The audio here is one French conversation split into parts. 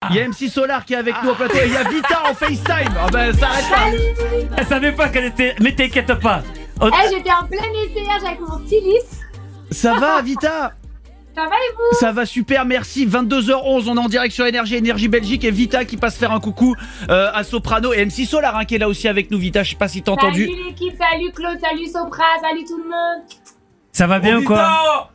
Ah. Il y a MC Solar qui est avec nous au plateau et il y a Ah. Vita en FaceTime. Ah ben ça arrête pas. Elle savait pas qu'elle était. Mais t'inquiète pas. Oh, On- Eh, J'étais en plein essayage avec mon styliste. Ça va Vita Ça va et vous Ça va super, merci. 22h11, on est en direct sur Énergie, Énergie Belgique et Vita qui passe faire un coucou euh, à Soprano et MC Solar hein, qui est là aussi avec nous. Vita, je sais pas si t'as entendu. Salut l'équipe, salut Claude, salut Sopra, salut tout le monde. Ça va bien ou quoi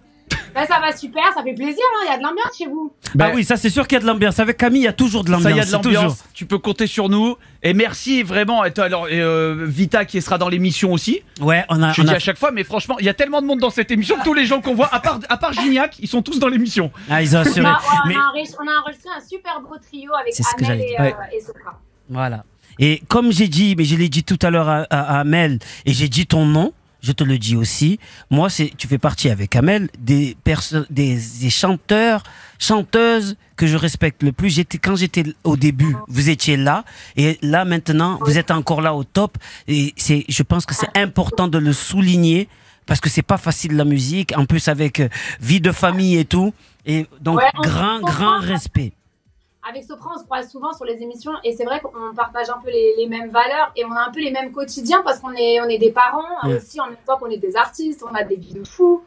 Ben, ça va super, ça fait plaisir, hein, il y a de l'ambiance chez vous. Bah Ah oui, ça c'est sûr qu'il y a de l'ambiance. Avec Camille, il y a toujours de l'ambiance. Ben- Ça y a de c'est toujours. l'ambiance, tu peux compter sur nous. Et merci vraiment. Et toi, alors, et, euh, Vita qui sera dans l'émission aussi. Ouais, on a. Je Ah, on le dis a- à chaque fois, mais franchement, il y a tellement de monde dans cette émission que tous les gens qu'on voit, à part, à part Gignac, ils sont tous dans l'émission. Ah, ils ont assuré. On a- on, a Mais enregistré- on a enregistré un super beau trio avec C'est ce que Amel j'allais et, dire. euh, et Sopra. voilà. Et comme j'ai dit, mais je l'ai dit tout à l'heure à, à- à Amel, et j'ai dit ton nom, je te le dis aussi. Moi, c'est tu fais partie avec Amel des perso- des, des chanteurs, chanteuses que je respecte le plus. J'étais quand j'étais au début, vous étiez là, et là maintenant, vous êtes encore là au top. Et c'est, je pense que c'est important de le souligner parce que c'est pas facile la musique. En plus avec euh, vie de famille et tout. Et donc Ouais, on grand grand comprend. respect. Avec Sopra, on se croise souvent sur les émissions et c'est vrai qu'on partage un peu les, les mêmes valeurs et on a un peu les mêmes quotidiens parce qu'on est, on est des parents hein, Ouais. aussi en même temps qu'on est des artistes, on a des vies de fous.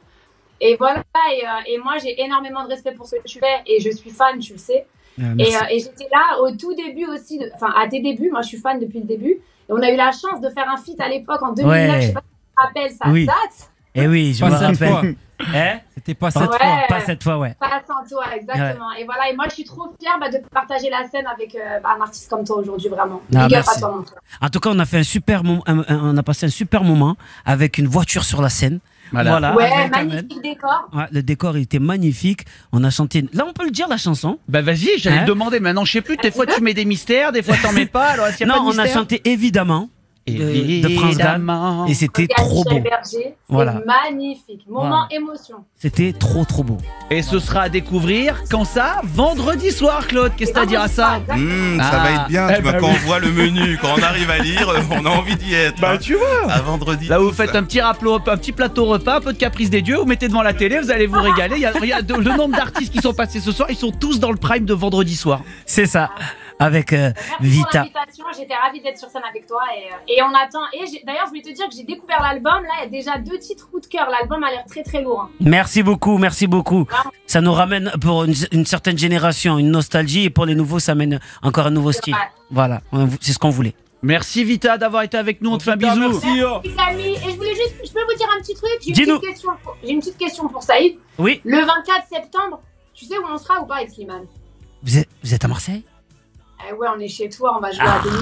Et voilà, et, euh, et moi j'ai énormément de respect pour ce que tu fais et je suis fan, tu le sais. Euh, Et, merci. euh, et j'étais là au tout début aussi, de- enfin à tes débuts, moi je suis fan depuis le début. Et on a eu la chance de faire un feat à l'époque en 2009, Ouais. je sais pas si tu te rappelles, ça Oui. date. Eh oui, je Pas me cette fois. rappelle. Hein C'était pas Pas cette Ouais. fois. Pas cette fois, ouais. Pas sans toi, exactement. Et voilà, et moi je suis trop fière bah, de partager la scène avec euh, bah, un artiste comme toi aujourd'hui, vraiment. Ah, Big up merci. à toi, mon frère. En tout cas, on a fait un super moment, un- un- on a passé un super moment avec une voiture sur la scène. Voilà. Ah, Ouais, avec Amel. magnifique décor. Ouais, le décor il était magnifique. On a chanté. une- Là, on peut le dire la chanson. Bah vas-y, j'allais Hein le demander. Maintenant, je sais plus. Des fois, tu mets des mystères, des fois, t'en mets pas. Alors, est-ce qu'il y a non, pas de on a mystère chanté évidemment de, de France Gall. Évidemment. Et c'était Regarde trop Michel beau. Berger, c'est Voilà. magnifique. Moment émotion. C'était trop trop beau. Et ce sera à découvrir quand ça Vendredi soir, Claude. Qu'est-ce que t'as à dire à ça Exactement. Mmh, ça Ah. va être bien, Eh tu vois, bah quand oui. Bah, on voit le menu, quand on arrive à lire, euh, on a envie d'y être. hein. tu vois. À vendredi. Là, vous tous. faites un petit, raplo- un petit plateau repas, un peu de caprice des dieux, vous mettez devant la télé, vous allez vous régaler. Il y a, il y a de- le nombre d'artistes qui sont passés ce soir, ils sont tous dans le prime de vendredi soir. C'est ça. Avec euh, Merci pour Vita. l'invitation, j'étais ravie d'être sur scène avec toi et, euh, et on attend. Et j'ai- d'ailleurs, je voulais te dire que j'ai découvert l'album. Là, il y a déjà deux titres coup de cœur. L'album a l'air très très lourd. hein. Merci beaucoup, merci beaucoup. Ça nous ramène pour une, une certaine génération une nostalgie et pour les nouveaux, ça amène encore un nouveau style. vrai. Voilà, on- c'est ce qu'on voulait. Merci Vita d'avoir été avec nous, on te fait un bisou. Merci. oh. Les amis, et je voulais juste, je peux vous dire un petit truc. J'ai une, Dis-nous. petite question pour- j'ai une petite question pour Saïd. Oui, Le 24 septembre, tu sais où on sera ou pas avec Slimane vous êtes, vous êtes à Marseille Eh ouais, on est chez toi, on va jouer à Denis.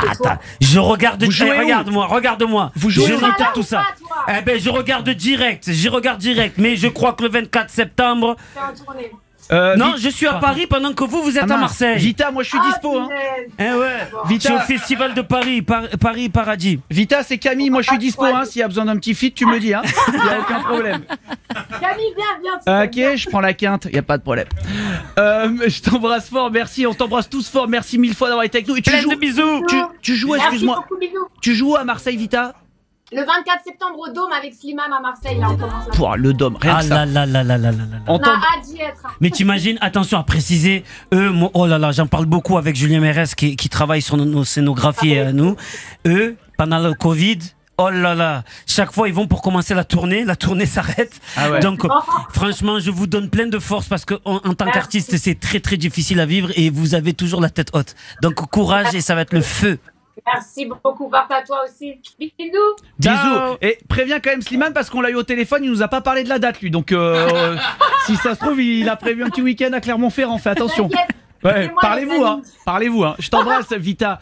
Chez toi. Ah, Attends, je regarde. Vous Eh, jouez où regarde-moi, regarde-moi. Vous je jouez où Tu seras regarde là tout ou ça. pas, toi Eh ben, je regarde direct, je regarde direct, mais je crois que le 24 septembre. T'es en tournée. Euh, non, Vi- je suis à Paris pendant que vous, vous êtes Ah, à mince. Marseille. Vita, moi je suis Ah, dispo. hein. punaise. Eh ouais, Vita. je suis au Festival de Paris, Par- Paris Paradis. Vita, c'est Camille, moi je suis dispo. Hein. S'il y a besoin d'un petit feat, tu me le dis. Hein. Il n'y a aucun problème. Camille, viens, viens. tu peux venir. Ok, je prends la quinte, il n'y a pas de problème. Euh, je t'embrasse fort, merci. On t'embrasse tous fort, merci mille fois d'avoir été avec nous. Et tu, Plein joues, de bisous. tu, tu joues, Merci excuse-moi, beaucoup, bisous. tu joues à Marseille, Vita Le 24 septembre au Dôme avec Slimane à Marseille, là on commence la Pouah, le dôme, rien Ah que ça. là là là là là là là. En On a temps- hâte d'y être. hein. Mais t'imagines, attention à préciser, eux, moi, oh là là, j'en parle beaucoup avec Julien Mérès qui, qui travaille sur nos, nos scénographies à nous. Eux, pendant le Covid, oh là là, chaque fois ils vont pour commencer la tournée, la tournée s'arrête. Ah ouais. Donc, euh, franchement, je vous donne plein de force parce que en, en tant Oh. Merci. qu'artiste, c'est très très difficile à vivre et vous avez toujours la tête haute. Donc, courage et ça va être le feu. Merci beaucoup, Bart, à toi aussi. Bisous. Bisous. Et préviens quand même Slimane parce qu'on l'a eu au téléphone, il nous a pas parlé de la date lui. Donc euh, si ça se trouve, il a prévu un petit week-end à Clermont-Ferrand. Fais attention. T'inquiète. Ouais, Fais-moi parlez-vous, les hein. amis. Parlez-vous, hein. Je t'embrasse, Vita.